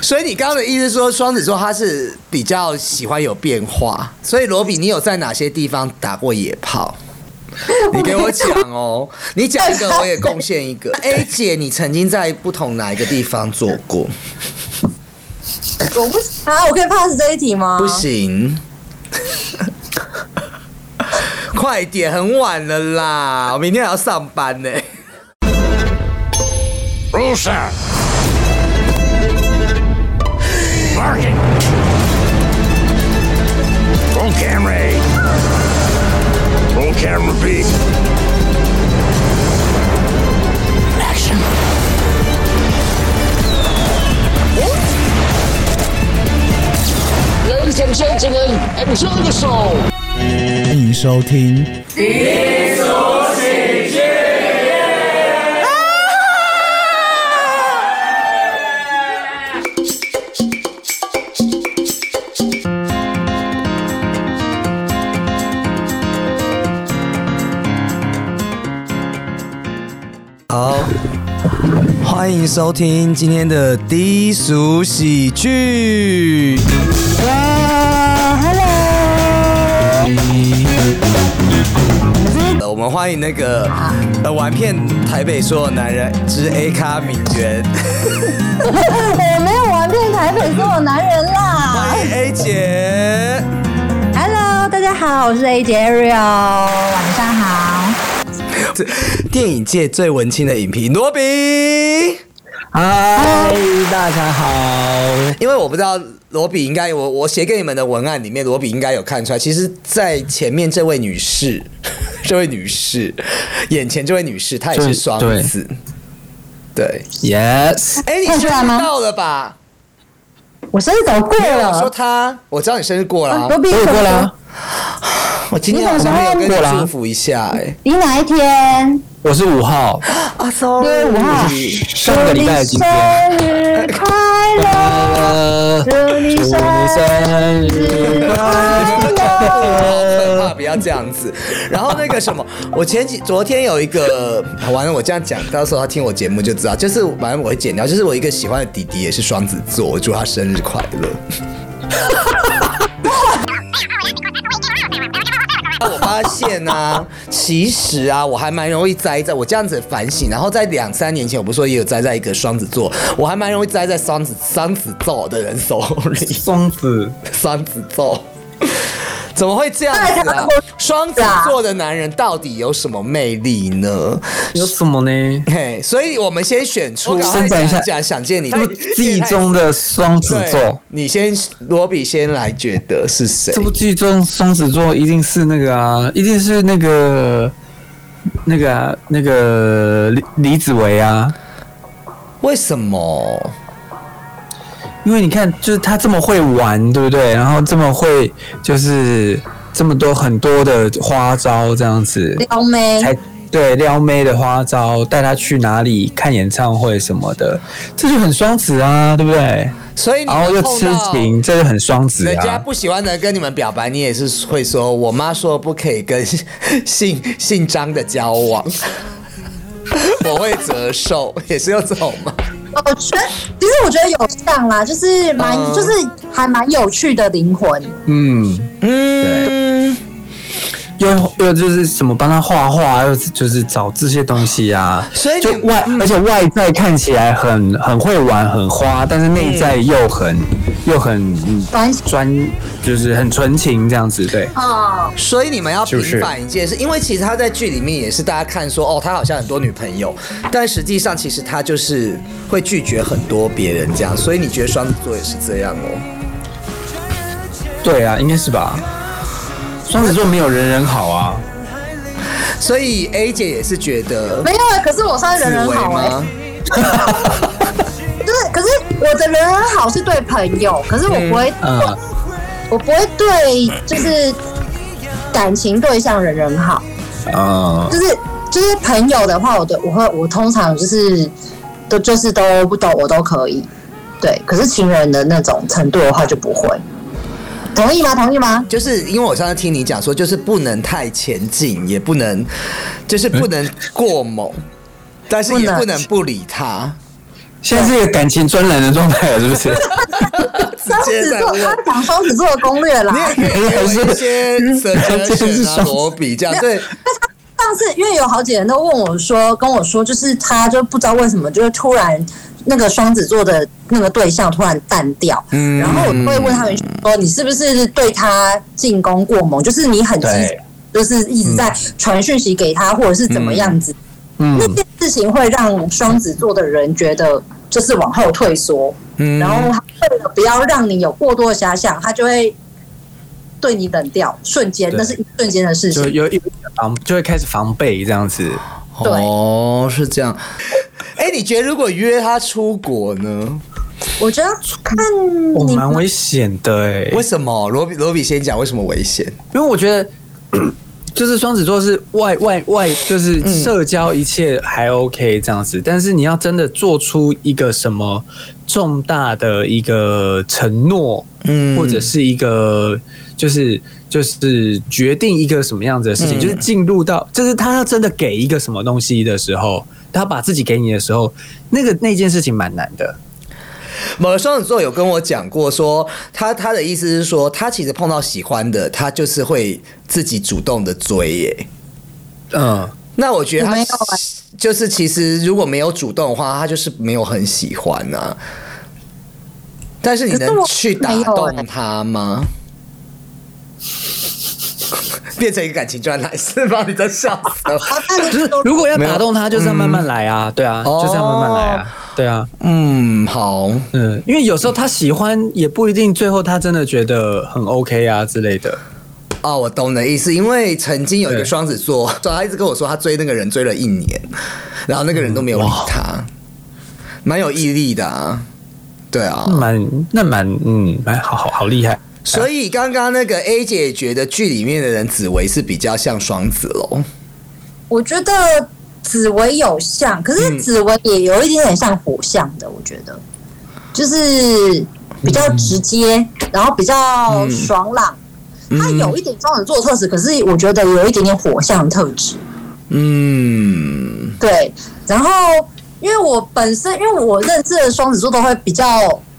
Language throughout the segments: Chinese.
所以你刚刚的意思是说，双子座他是比较喜欢有变化，所以罗比，你有在哪些地方打过野炮？你给我讲哦，你讲一个，我也贡献一个。A 姐，你曾经在不同哪一个地方做过？ 我不啊，我可以 pass 这一题吗？不，行， 快点，很晚了啦，我明天还要上班呢。 Rusa. Barking. Roll camera A. Roll camera B. Action. Ladies and gentlemen, enjoy the show. 欢迎收听。好，欢迎收听今天的低俗喜剧。呃我们欢迎那个呃玩遍台北所有男人之 A 咖米媛，我没有玩遍台北所有男人啦。欢迎 A 姐。 Hello，大家好，我是 A j a r i o 晚上好。这 电影界最文青的影评罗比。嗨，大家好。因为我不知道罗比应该，我我写给你们的文案里面，罗比应该有看出来。其实，在前面这位女士， 这位女士，眼前这位女士，她也是双子。对， Yes，哎、你看生出来日吗到了吧？我生日走过没有我说了，她，我知道你生日过了啊、罗比我走过啦，，我今天你我怎么没有说跟过了你啊祝福一下、哎，你哪一天？我是五号，啊六月，sorry，五号。上个礼拜的今天。祝你生日快乐，呃，祝你祝生你生日日你快们 乐。很怕不要这样子。然后那个什么，我前几昨天有一个，完了我这样讲，到时候他听我节目就知道。就是反正我会剪掉，就是我一个喜欢的弟弟也是双子座，我祝他生日快乐。我发现啊，其实啊，我还蛮容易栽在，我这样子反省，然后在两三年前，我不是说也有栽在一个双子座，我还蛮容易栽在双子双子座的人手里。松子，双子座。 怎么会这样对子他啊们会？双子座的男人到底有什么魅力呢？有什么呢？嘿，所以我们先选出，我赶快先讲一下讲讲想见你这部剧中的双子对座，，你先罗比先来觉得是谁这？部剧中双子座一定是那个啊，一定是那个那个、啊、那个李李子维啊，为什么？因为你看，就是他这么会玩，对不对？然后这么会，就是这么多很多的花招，这样子撩妹，哦才对撩妹的花招，带她去哪里看演唱会什么的，这就很双子啊，对不对？所以你然后哦又们碰痴到情，这就很双子人家啊。不喜欢的人跟你们表白，你也是会说，我妈说不可以跟 姓姓张的交往， 我会折寿，也是有这种吗？我觉得哦其实我觉得有像啦，就是蛮、嗯就是还蛮有趣的灵魂。嗯，嗯。又又就是什么帮她画画，又是就是找这些东西 啊。所以你嗯就外，而且外在看起来很很会玩、很花，但是嗯内在又很、又很嗯专专，就是很纯情这样子，对。哦，所以你们要平就是反一件事，因为其实他在剧里面也是大家看说，哦，他好像很多女朋友，但实际上其实他就是会拒绝很多别人这样，所以你觉得双子座也是这样哦？对啊，应该是吧。双子座没有人人好啊，所以 A 姐也是觉得没有啊，可是我算人紫人薇好哎、吗？就是可是我的人很好是对朋友，可是我不会，嗯，我不会对就是感情对象人人好，嗯，就是就是朋友的话，我的我会我通常就是都就是都不懂我都可以，对，可是情人的那种程度的话就不会，同意吗？同意吗？就是因为我上次听你讲说，就是不能太前进，也不能就是不能过猛，但是也不能不能不理他。现在是一个感情专栏的状态了，是不 是？双接子在座，问他讲双子座的攻略啦。你也可以给我一 些 suggestion 啊，罗比这样对。上次因为有好几人都问我说，跟我说，就是他就不知道为什么，就是突然那个双子座的那个对象突然淡掉，嗯然后我就会问他们嗯说，你是不是对他进攻过猛？就是你很积极对，就是一直在传讯息给他，或者是怎么样子？那嗯，件事情会让双子座的人觉得就是往后退缩，嗯然后他为了不要让你有过多的遐想，他就会对你冷掉，瞬间，对那是一瞬间的事就情。有一防就会开始防备这样子。对哦，是这样。 哎、你觉得如果约他出国呢？我嗯觉得看我你哦蛮危险的哎、为什么？罗比罗比先讲为什么危险？因为我觉得 就是双子座是外外外，就是社交一切还 OK 这样子，但是你要真的做出一个什么重大的一个承诺，嗯或者是一个就是就是决定一个什么样子的事情，就是进入到就是他要真的给一个什么东西的时候，他把自己给你的时候，那个那件事情蛮难的。某个双子座有跟我讲过说，他他的意思是说，他其实碰到喜欢的，他就是会自己主动的追耶。嗯，那我觉得我他没有啊就是其实如果没有主动的话，他就是没有很喜欢啊。但是你可是能我去打没有欸动他吗？ 变成一个感情专栏是吗？你在笑什么？啊，那就是如果要打动他，就是要慢慢来啊，对啊，就是要慢慢来啊，对啊。嗯，好，嗯，因为有时候他喜欢也不一定，最后他真的觉得很 OK 啊之类的。哦，我懂你的意思，因为曾经有一个对双子座，他一直跟我说他追那个人追了一年，然后那个人都没有理他，蛮有毅力的啊。对啊，蛮那蛮嗯，蛮好好好厉害。所以刚刚那个 A 姐觉得剧里面的人紫薇是比较像双子龙，我觉得紫薇有像，可嗯是紫薇也有一点点像火象的，我觉得就是比嗯较直接，然后比较爽朗。嗯他有一点双子座特质，可是我觉得有一点点火象特质。嗯，对，然后因为我本身，因为我认识的双子座都会比较，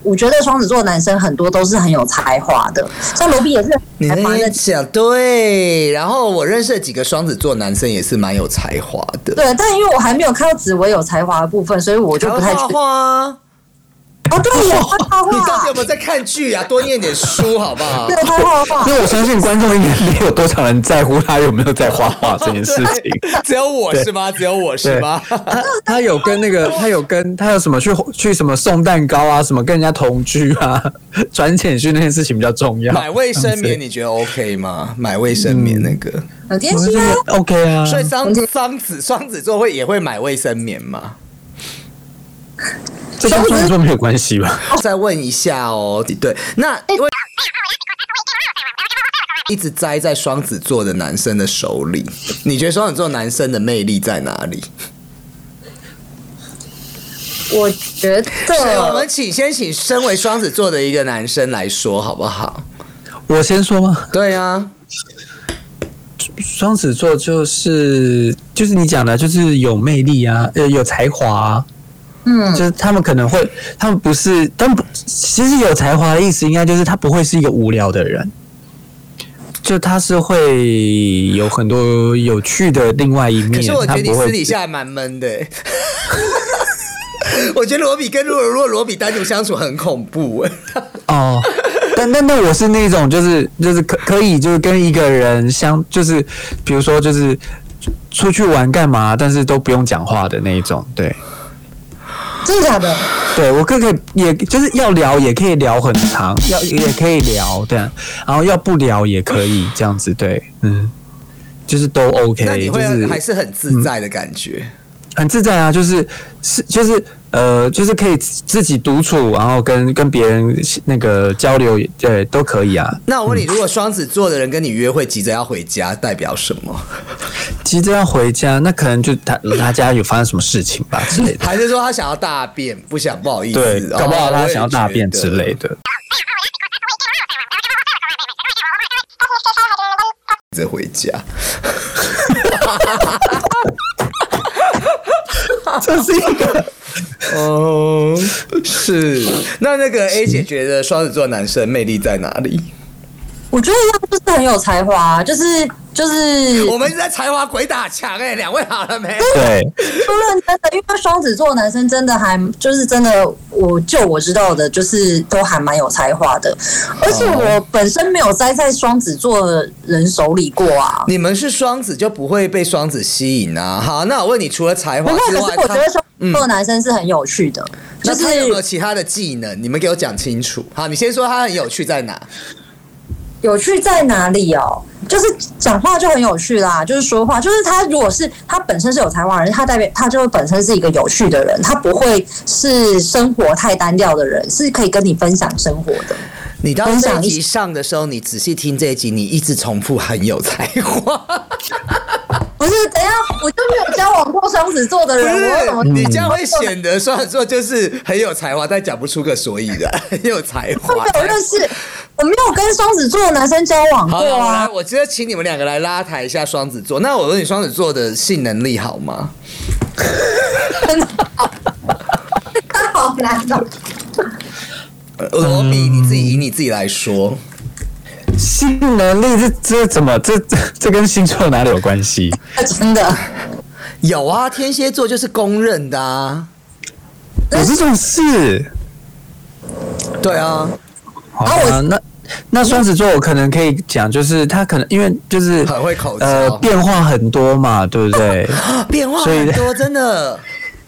我觉得双子座男生很多都是很有才华的，像罗宾也是你很有才华那天的，讲对，然后我认识的几个双子座男生也是蛮有才华的，对，但因为我还没有看到紫薇有才华的部分，所以我就还不会太确画定。画啊，哦，对，也会画你到底画有没，有在看剧啊？多念点书好不好对，？他画画因。为我相信观众应该没有多少人在乎他有没有在画画这件事情。 只有我是吗？只有我是 对吗？他 他有跟那个他有跟他有什么去去什么送蛋糕啊，什么跟人家同居啊， 转简讯那件事情比较重要。买卫生棉你觉得 OK 吗？买卫生嗯棉那个，很天我觉气啊，得 OK 啊，所以双双子双子座会也会买卫生棉吗？这跟创作没有关系吧？再问一下哦，对，那因为一直栽在双子座的男生的手里，你觉得双子座男生的魅力在哪里？我觉对，我们得请先请身为双子座的一个男生来说好不好？我先说吗？对啊，双子座就是就是你讲的，就是有魅力啊，呃，有才华、啊，嗯就是他们可能会，他们不是，他们不其实有才华的意思，应该就是他不会是一个无聊的人，就他是会有很多有趣的另外一面。可是我觉得他你不会私底下还蛮闷的、欸。 我觉得罗比跟如果如果罗比单独相处很恐怖、 欸，哦，但但但我是那种就是就是可可以就是跟一个人相就是比如说就是出去玩干嘛，但是都不用讲话的那一种，对。真的假的？对我可可以，也就是要聊也可以聊很长，要也可以聊对啊，然后要不聊也可以这样子，对，嗯，就是都 OK，那你哎就会是嗯还是很自在的感觉。很自在啊，就是是就是呃，就是可以自己独处，然后跟跟别人那个交流也，对，都可以啊。那我问你，如果双子座的人跟你约会急着要回家，代表什么？急着要回家，那可能就他他家有发生什么事情吧 之类的，还是说他想要大便，不想不好意思？对，哦搞不好他想要大便之。我也类觉的。得 急着回家。这是一个哦，是。那那个 A 姐觉得双子座男生魅力在哪里？我觉得要不就是很有才华啊、就是 就是哦我们一直在才华鬼打墙哎、两位好了没？对，说认真的，因为双子座男生真的还就是真的，我就我知道的，就是都还蛮有才华的，而哦且我本身没有栽在双子座的人手里过啊。你们是双子就不会被双子吸引啊？好，那我问你，除了才不华过，啊可之是外，我觉得他嗯双子座男生是很有趣的，就那是他有没有其他的技能？你们给我讲清楚。好，你先说他很有趣在哪？有趣在哪里哦？就是讲话就很有趣啦，就是说话，就是他如果是他本身是有才华的人，他代表他就本身是一个有趣的人，他不会是生活太单调的人，是可以跟你分享生活的。你到分这享一一集上的时候，你仔细听这一集，你一直重复很有才华，不是，等一下我就没有交往过双子座的不人，我为什么是？啊嗯你这样会显得双子座就是很有才华，但讲不出个所以然， 很有才我华没。有认识，我没有跟双子座的男生交往好过了，我来，啊。我觉得请你们两个来拉抬一下双子座。那我问你，双子座的性能力好吗？好难哦，呃罗比，你自己以你自己来说，性能力这这怎么这这这跟星座哪里有关系？ 真的。有啊，天蝎座就是公认的啊。有哦这种事？对啊，好啊吧，我那那双子座我可能可以讲，就是他可能因为就是很会口呃罩变化很多嘛，对 不对？啊变化所以很多，真的。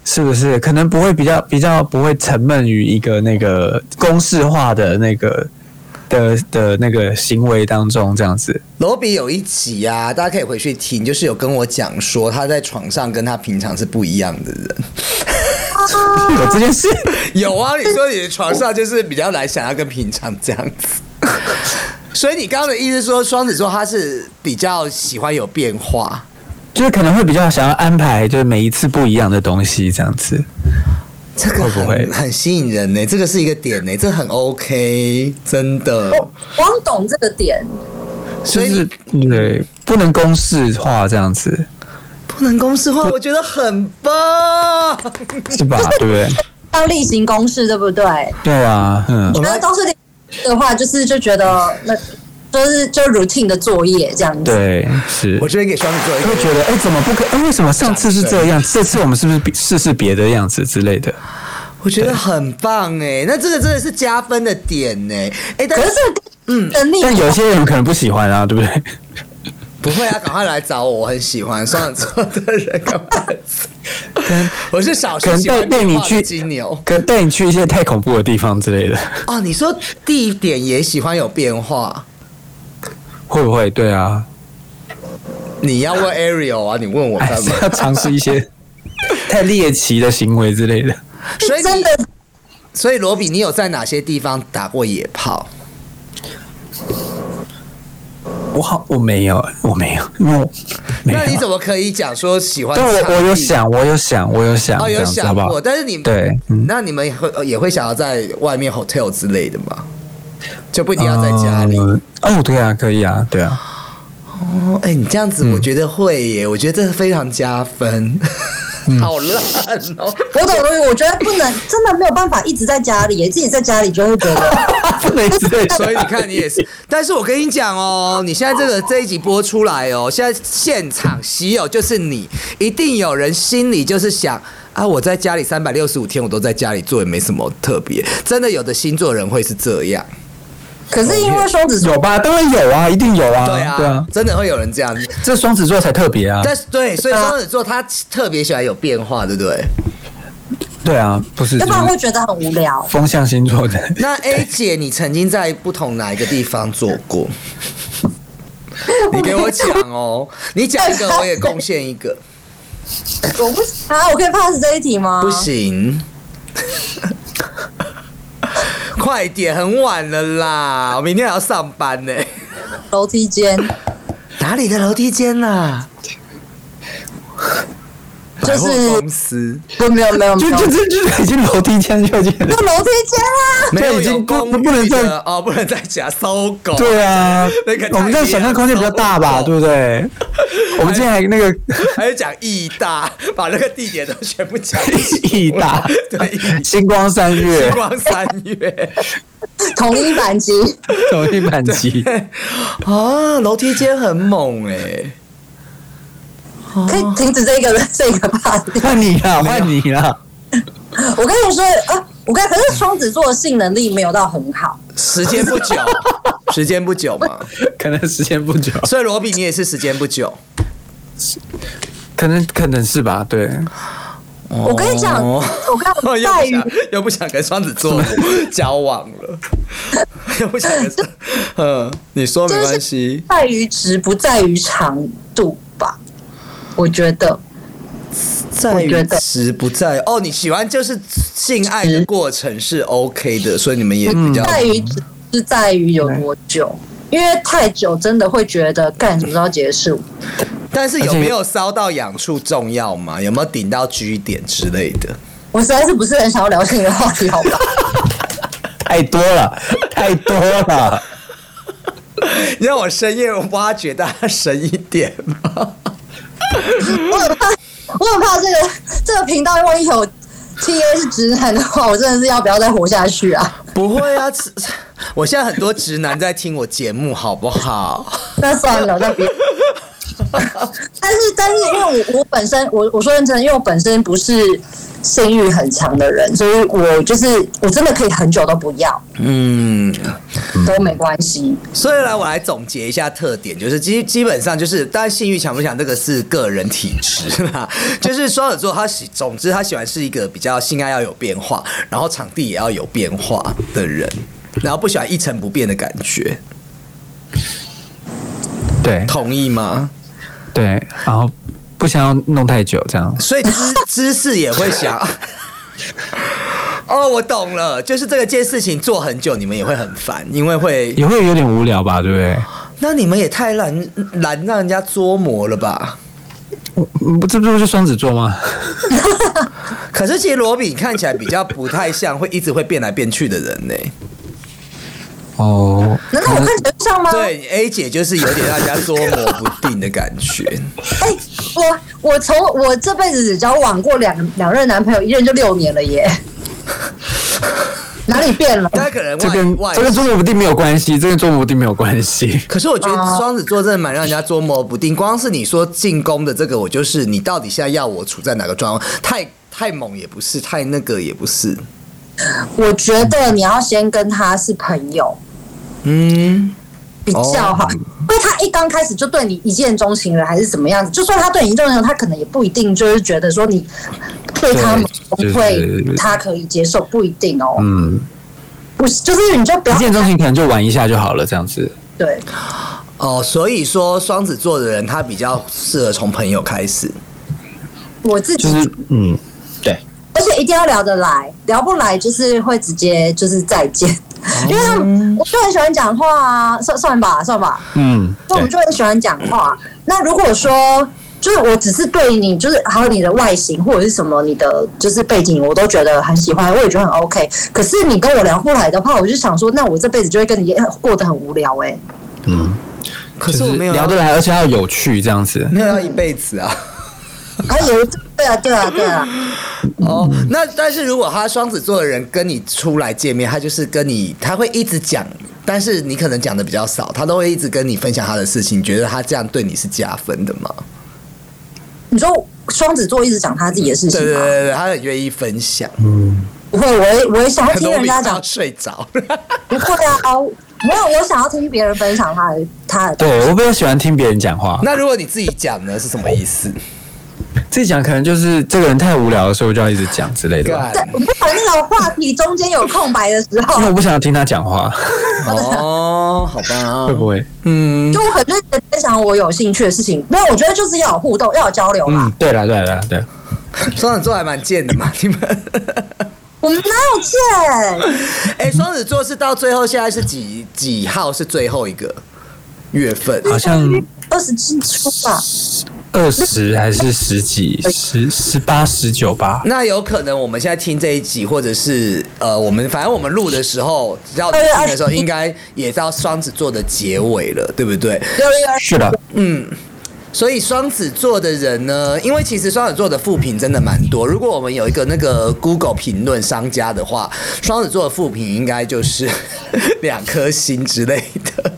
是不是？可能不会比较比较不会沉闷于一个那个公式化的那个的的那个行为当中这样子。罗比有一集啊，大家可以回去听，就是有跟我讲说他在床上跟他平常是不一样的人。有这件事，有啊，你说你的床上就是比较来想要跟平常这样子。 所以你刚刚的意思是说，双子座他是比较喜欢有变化就是可能会比较想要安排，就是每一次不一样的东西这样子。这个会不很会很吸引人呢、这个是一个点呢、这很 OK，真的。我我很懂这个点，所以哦就是你对，不能公式化这样子，不能公式化，我觉得很棒。 是吧？对不对？要例行公事，对不对？对啊，嗯，那都是例行的话，就是就觉得那就是就 routine 的作业这样子。对，是。我这边给双子座一会个觉得，哎、怎么不可？哎、为什么上次是这样？这次我们是不是比试试别的样子之类的？我觉得很棒哎，那这个真的是加分的点呢哎，但可是嗯，能力但有些人可能不喜欢啊，对不 对？不会啊，赶快来找我，我很喜欢 双子座的人，赶快来找我我是少可数能喜带欢带你听话的去金牛可能带你去一些太恐怖的地方之类的，哦。你说地点也喜欢有变化，会不会？对啊，你要 问 Ariel 啊，你问我还干哎是嘛？要尝试一些 太猎奇的行为之类的。所以真你的所以罗比，你有在哪些地方打过野炮？我好，我没有，我没有，因为我没有。那你怎么可以讲说喜欢但场地？我我有想，我有想，我有想，哦，这有样子好想不过，好？但是你对嗯那你们也会也会想要在外面 hotel 之类的吗？就不一定要在家里。嗯哦，对啊，可以啊，对 啊，哦，哎、你这样子，我觉得会耶，我觉得这非常加分。 好烂哦！我懂了，我觉得不能，真的没有办法一直在家里耶，自己在家里就会觉得 不能一直在家所以你看，你也是。 但是我跟你讲哦，你现在这个这一集播出来哦，现在现场喜友就是你，一定有人心里就是想啊，我在家里三百六十五天，我都在家里做，也没什么特别。真的，有的星座人会是这样。可是因为双子座有吧？当然有啊，一定有啊，对啊，对啊，真的会有人这样子。这双子座才特别啊，但是对，所以双子座他特别喜欢有变化，对不对？对啊，不是要就不然会是觉得很无聊。风象星座的， 那 A 姐，你曾经在不同哪一个地方做 过？你给我讲哦，你讲一个，我也贡献一 个。我不啊，我可以 pass 这一题吗？啊不行， 快点，很晚了啦，我明天还要上班呢。楼梯间，啊哪里的楼梯间啦、百货就是公司，不，没有没有没就有，就就就已经楼梯间就已 经，到楼梯间啊啦、没有已经不公不能寓再的哦，不能再讲搜狗。 对 啊那个，我们这样想象空间比较大吧，对不对？我们之前还那 个还有讲义大，把那个地点都全部讲清楚 义大 对，义星光三月星光三月统一反击，走一满 级，啊，楼梯间很猛哎、哦可以停止这个这个吧。换你啦，换你啦，我跟你说，呃，我跟可是双子座的性能力没有到很好，时间不久，时间不久嘛，可能时间不久，所以罗比你也是时间不久。可能可能是吧，对，我跟你讲，哦我跟 又不你讲，在于想又不想跟双子座交往了，又不想跟双，嗯，你说没关系，在于值，不在于长度吧。我觉得在我觉于得值不在哦。你喜欢就是性爱的过程是 OK 的，所以你们也比较在于值是在于有多久，因为太久真的会觉得干什么时候结束。但是有而且没有烧到痒处重要吗？有没有顶到 G 点之类的？我实在是不是很想要聊性的话题，好 吧？太多了，太多了，你让我深夜挖掘大家深一点吧。我很怕，我很怕这个这个频道，如果有 T A 是直男的话，我真的是要不要再活下去啊？不会啊，吃我现在很多直男在听我节目，好不好？那算了，那 别。但是，但是，因为我我本身我我说认真的，因为我本身不是性欲很强的人，所以我就是我真的可以很久都不要，嗯，都没关系。所以来我来总结一下特点，就是基基本上就是，当然性欲强不强这个是个人体质啦， 就是双子座他喜，总之他喜欢是一个比较性爱要有变化，然后场地也要有变化的人，然后不喜欢一成不变的感觉， 对同意吗？对，然后不想要弄太久这样，所以姿姿势也会想。 哦，我懂了，就是这个件事情做很久，你们也会很烦，因为会，也会有点无聊吧，对不对？那你们也太懒懒让人家捉摸了吧？嗯不，这不就是双子座吗？可是其实罗比看起来比较不太像会一直会变来变去的人呢、哦，难道我看起来像吗？，对，A 姐就是有点让人家捉摸不定的感觉。哎、我我从我这辈子只交往过两两任男朋友，一任就六年 了耶，哪里变了？那可能这跟外这外跟捉摸不定没有关系，这跟捉摸不定没有关系。可是我觉得双子座真的蛮让人家捉摸不定。光是你说进攻的这个，我就是你到底现在要我处在哪个状况？太太猛也不是，太那个也不是。我觉得你要先跟他是朋友嗯，比较哦好，因为他一刚开始就对你一见钟情了，还是怎么样子？就算他对你一见钟情，他可能也不一定就是觉得说你对他们对就是会他可以接受，不一定哦。嗯，不是，就是你就不一要见钟情可能就玩一下就好了，这样子。对，哦，所以说双子座的人他比较适合从朋友开始。我自己，就是嗯，对，而且一定要聊得来，聊不来就是会直接就是再见，哦因为他们我就很喜欢讲话啊，算算吧，算吧。嗯，那我们就很喜欢讲话。那如果说就是我只是对你，就是还有你的外形或者是什么，你的就是背景，我都觉得很喜欢，我也觉得很 OK。可是你跟我聊不来的话，我就想说，那我这辈子就会跟你呃过得很无聊哎、可就是我没啊有聊得来，而且要有趣，这样子。没有要一辈子啊。还有对啊，对啊，对啊，哦，那但是如果他双子座的人跟你出来见面，他就是跟你，他会一直讲，但是你可能讲的比较少，他都会一直跟你分享他的事情，你觉得他这样对你是加分的吗？你说双子座一直讲他自己的事对情对对吗？对，他很愿意分享，不会，我也我也想要很听多人比家他讲，睡着。不会啊，没有，我想要听别人分享他的他的。对我比较喜欢听别人讲话，那如果你自己讲呢，是什么意思？自己讲可能就是这个人太无聊了，所以我就要一直讲之类的吧。干对，我不管那种话题中间有空白的时候因为，我不想要听他讲 话， 哦，好吧会，不会？嗯就，我很认真在想我有兴趣的事情，因为我觉得就是要有互动，要有交流嘛。嗯，对啦，对啦对啦，对啦。双子座还蛮贱 的嘛，你们。我们哪有见？哎，双子座是到最后现在是几几号是最后一个月份？好像二十进出吧，二十还是十几十十八十九吧？那有可能我们现在听这一集，或者是呃，我们反正我们录的时候，要二月二听十的时候，应该也到双子座的结尾了，对不对？六月二是的，所以双子座的人呢，因为其实双子座的负评真的蛮多。如果我们有一个那个 Google 评论商家的话，双子座的负评应该就是 两颗星之类的。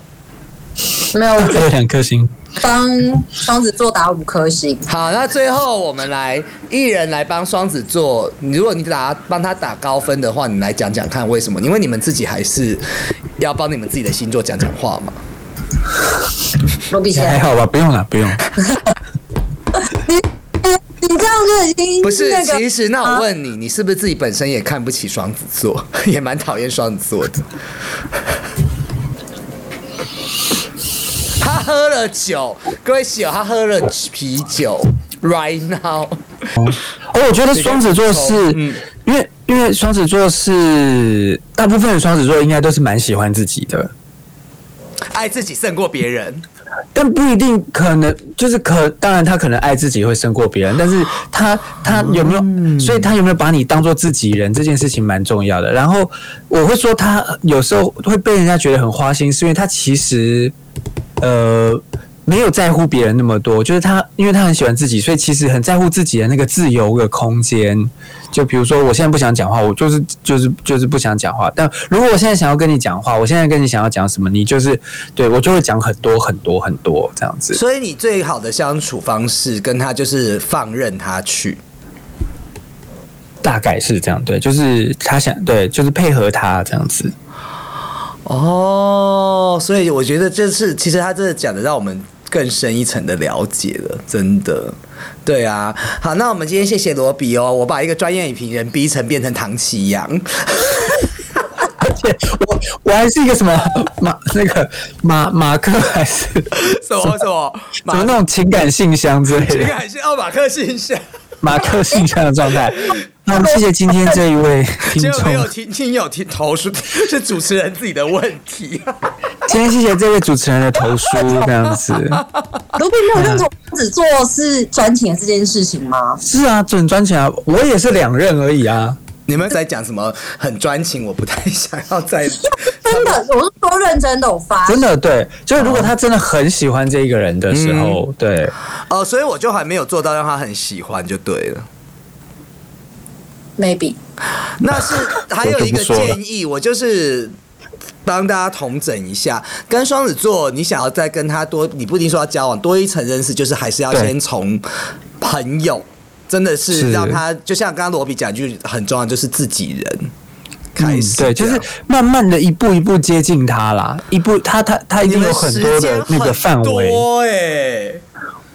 没有，我觉得两颗星。帮双子座打五颗星。好，那最后我们来一人来帮双子座，如果你打帮他打高分的话，你来讲讲看为什么？因为你们自己还是要帮你们自己的星座讲讲话嘛。罗比哎还先，好吧，不用了，不用。哦哎你这样就已经不是，那个其实那我问你，你是不是自己本身也看不起双子座，也蛮讨厌双子座的？ 他喝了酒，各位喜友，他喝了啤酒，right now，哦，我觉得双子座是，嗯因为因为双子座是大部分的双子座应该都是蛮喜欢自己的，爱自己胜过别人。但不一定可能就是可，当然他可能爱自己会胜过别人，但是他他有没有，所以他有没有把你当做自己人这件事情蛮重要的。然后我会说他有时候会被人家觉得很花心，是因为他其实呃没有在乎别人那么多，就是他因为他很喜欢自己，所以其实很在乎自己的那个自由的空间。就比如说我现在不想讲话，我就是就是就是不想讲话。但如果我现在想要跟你讲话，我现在跟你想要讲什么，你就是对我就会讲很多很多很多这样子。所以你最好的相处方式跟他就是放任他去。大概是这样，对，就是他想，对，就是配合他这样子。哦，所以我觉得这是其实他真的讲的让我们更深一层的了解了，真的。对啊，好，那我们今天谢谢罗比哦，我把一个专业影评人逼成变成唐奇阳， 我我还是一个什么马那个马马克还是什么什么什么马那种情感信箱之类这的个还是奥马克信箱，马克信箱的状 态。那我们谢谢今天这一位听结果 众没，有听听友听投诉， 是主持人自己的问 题。今天谢谢这位主持人的投书，这样子。卢比啊没有认同双子座是赚钱这件事情吗？是啊，准专钱啊，我也是两任而已啊。你们在讲什么很专情，我不太想要再。真的，我是说认真的，我发真的对，就是如果他真的很喜欢这一个人的时候，对，哦，所以我就还没有做到让他很喜欢就对了。 maybe 那 是还有一个我就不说了建议，我就是帮大家统整一下，跟双子座，你想要再跟他多，你不一定说要交往，多一层认识，就是还是要对先从朋友，真的是是让他，就像刚刚罗比讲一句很重要，就是自己人开始、嗯对，就是慢慢的一步一步接近他啦，一步他他他一你定们有很多的那个范围。哎、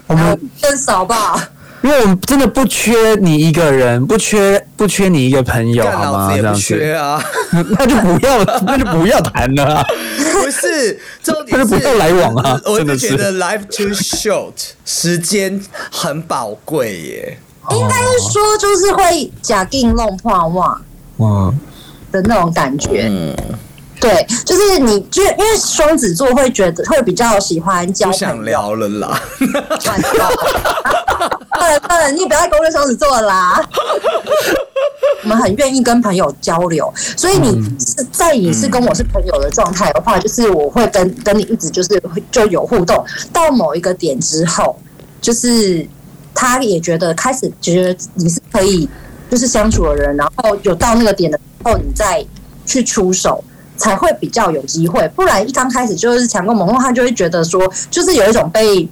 我们更呃少吧。因为我们真的不缺你一个人，不缺不缺你一个朋友，干好老吗？子也这不样缺子，啊， 那就不要那就不要谈 了啊。不是重点是但是不要来往啊我真就的是觉得 life too short，时间很宝贵耶。应该是说就是会假定弄啊画画嗯，的那种感觉。嗯对，就是你，就因为双子座会觉得会比较喜欢交不朋友想聊了啦。 算了 算了算了，你也不要再攻略双子座了啦。我们很愿意跟朋友交流，所以你是在你是跟我是朋友的状态的话，就是我会跟跟你一直就是会就有互动，到某一个点之后，就是他也觉得开始觉得你是可以就是相处的人，然后有到那个点的时候，你再去出手。才会比较有机会，不然一刚开始就是强攻猛攻，他就会觉得说，就是有一种被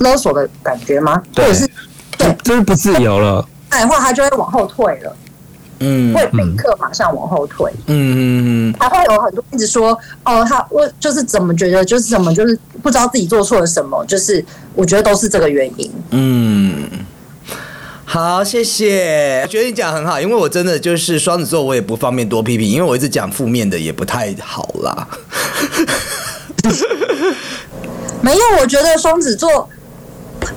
勒索的感觉吗？或对者是对就是不自由了。那的话，他就会往后退了，嗯会立刻马上往后退，嗯嗯还会有很多一直说哦，他我就是怎么觉得就是怎么就是不知道自己做错了什么，就是我觉得都是这个原因。嗯。好，谢谢。我觉得你讲得很好，因为我真的就是双子座，我也不方便多批评，因为我一直讲负面的也不太好啦。 没有，我觉得双子座，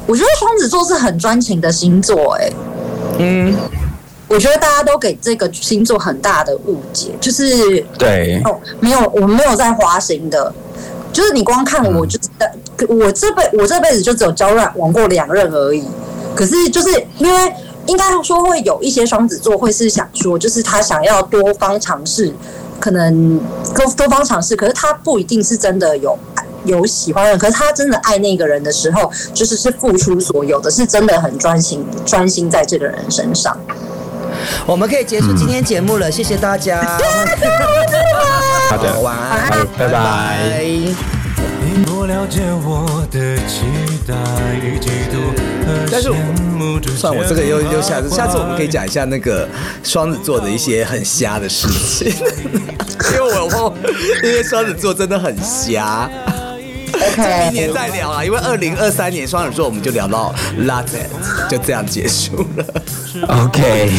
我觉得双子座是很专情的星座、哎，嗯，我觉得大家都给这个星座很大的误解，就是对，哦，没有，我们没有在花心的。就是你光看我，就是、我这辈我这辈子就只有交软玩过两任而已。可是就是因为应该说会有一些双子座会是想说，就是他想要多方尝试，可能多多方尝试，可是他不一定是真的有有喜欢的人，可是他真的爱那个人的时候，就是是付出所有的，是真的很专心专心在这个人身上。我们可以结束今天节目了，谢谢大家。好的晚安，嗯好拜拜。拜你不了解我的期待与嫉妒和但是羡我慕之间算我这个又又下次，下次我们可以讲一下那个双子座的一些很瞎的事情， 因为我有碰，因为双子座真的很瞎。明 OK，年再聊啊，因为二零二三年双子座我们就聊到 l a t e 就这样结束了。 OK，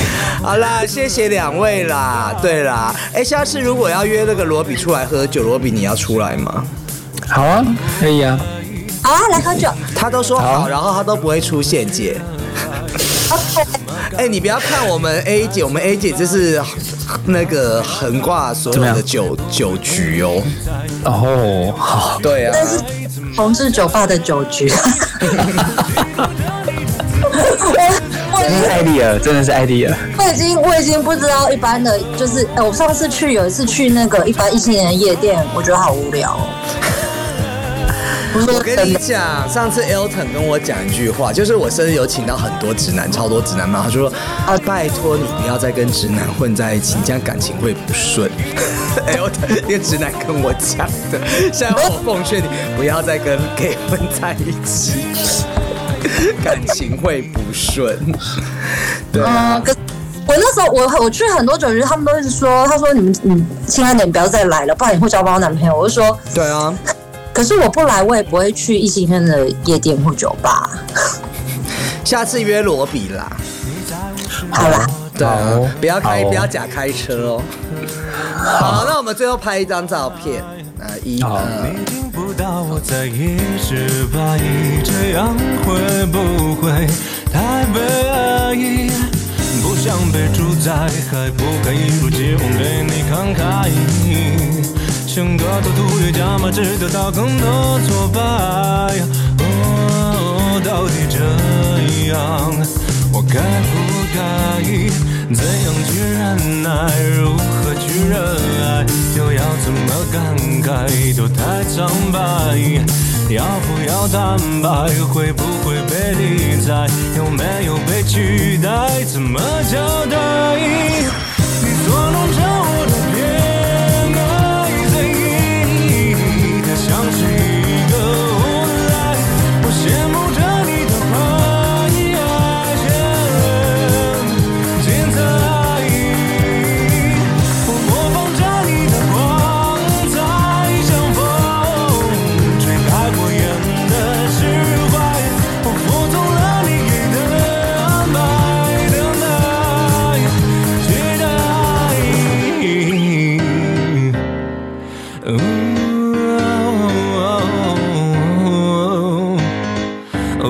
好啦，谢谢两位啦。对啦，哎，下次如果要约那个罗比出来喝酒，罗比你要出来吗？好啊，可以啊。好啊，来喝酒。他都说好，然后他都不会出现姐。哎、你不要看我们 A 姐，我们 A 姐就是那个横跨所有怎么的样酒酒局哦。哦，好，对啊，但是同志酒吧的酒局， 我我真已的是经艾丽尔，真的是艾丽尔。我已经我已经不知道一般的，就是、呃我上次去有一次去那个一般异性恋的夜店，我觉得好无聊、哦。我我说跟真你的，讲，上次 Elton 跟我讲一句话，就是我生日有请到很多直男，超多直男嘛，他说：“啊，拜托你不要再跟直男混在一起，你这样感情会不顺。” Elton 那个直男跟我讲的，现在我奉劝你不要再跟 gay 混在一起，感情会不顺。对啊。嗯、可是我那时候我我去很多酒局，他们都是说，他说你们你亲爱的你不要再来了，不然你会交不到男朋友。我就说，对啊，可是我不来，我也不会去异性恋的夜店或酒吧。下次约罗比啦。好啦，对啊好哦，不要开，好哦不要假开车哦。好，那我们最后拍一张照片，啊，一、好二。你听不到我在一直怀疑，这样会不会太悲哀？不想被主宰，还不该一如既往对你慷慨。像个赌徒越加码，只得到更多挫败。哦，到底这样，我该不该？怎样去忍耐？如何去热爱？又要怎么感慨？都太苍白。要不要坦白？会不会被理睬？有没有被取代？怎么交代？你捉弄着我的偏爱，在意的像是一个无赖。我羡慕着你的坏爱，却。精彩，我模仿着你的光彩，像风吹开火焰的释怀。我服从了你给的安排，等待，期待。哦哦哦哦哦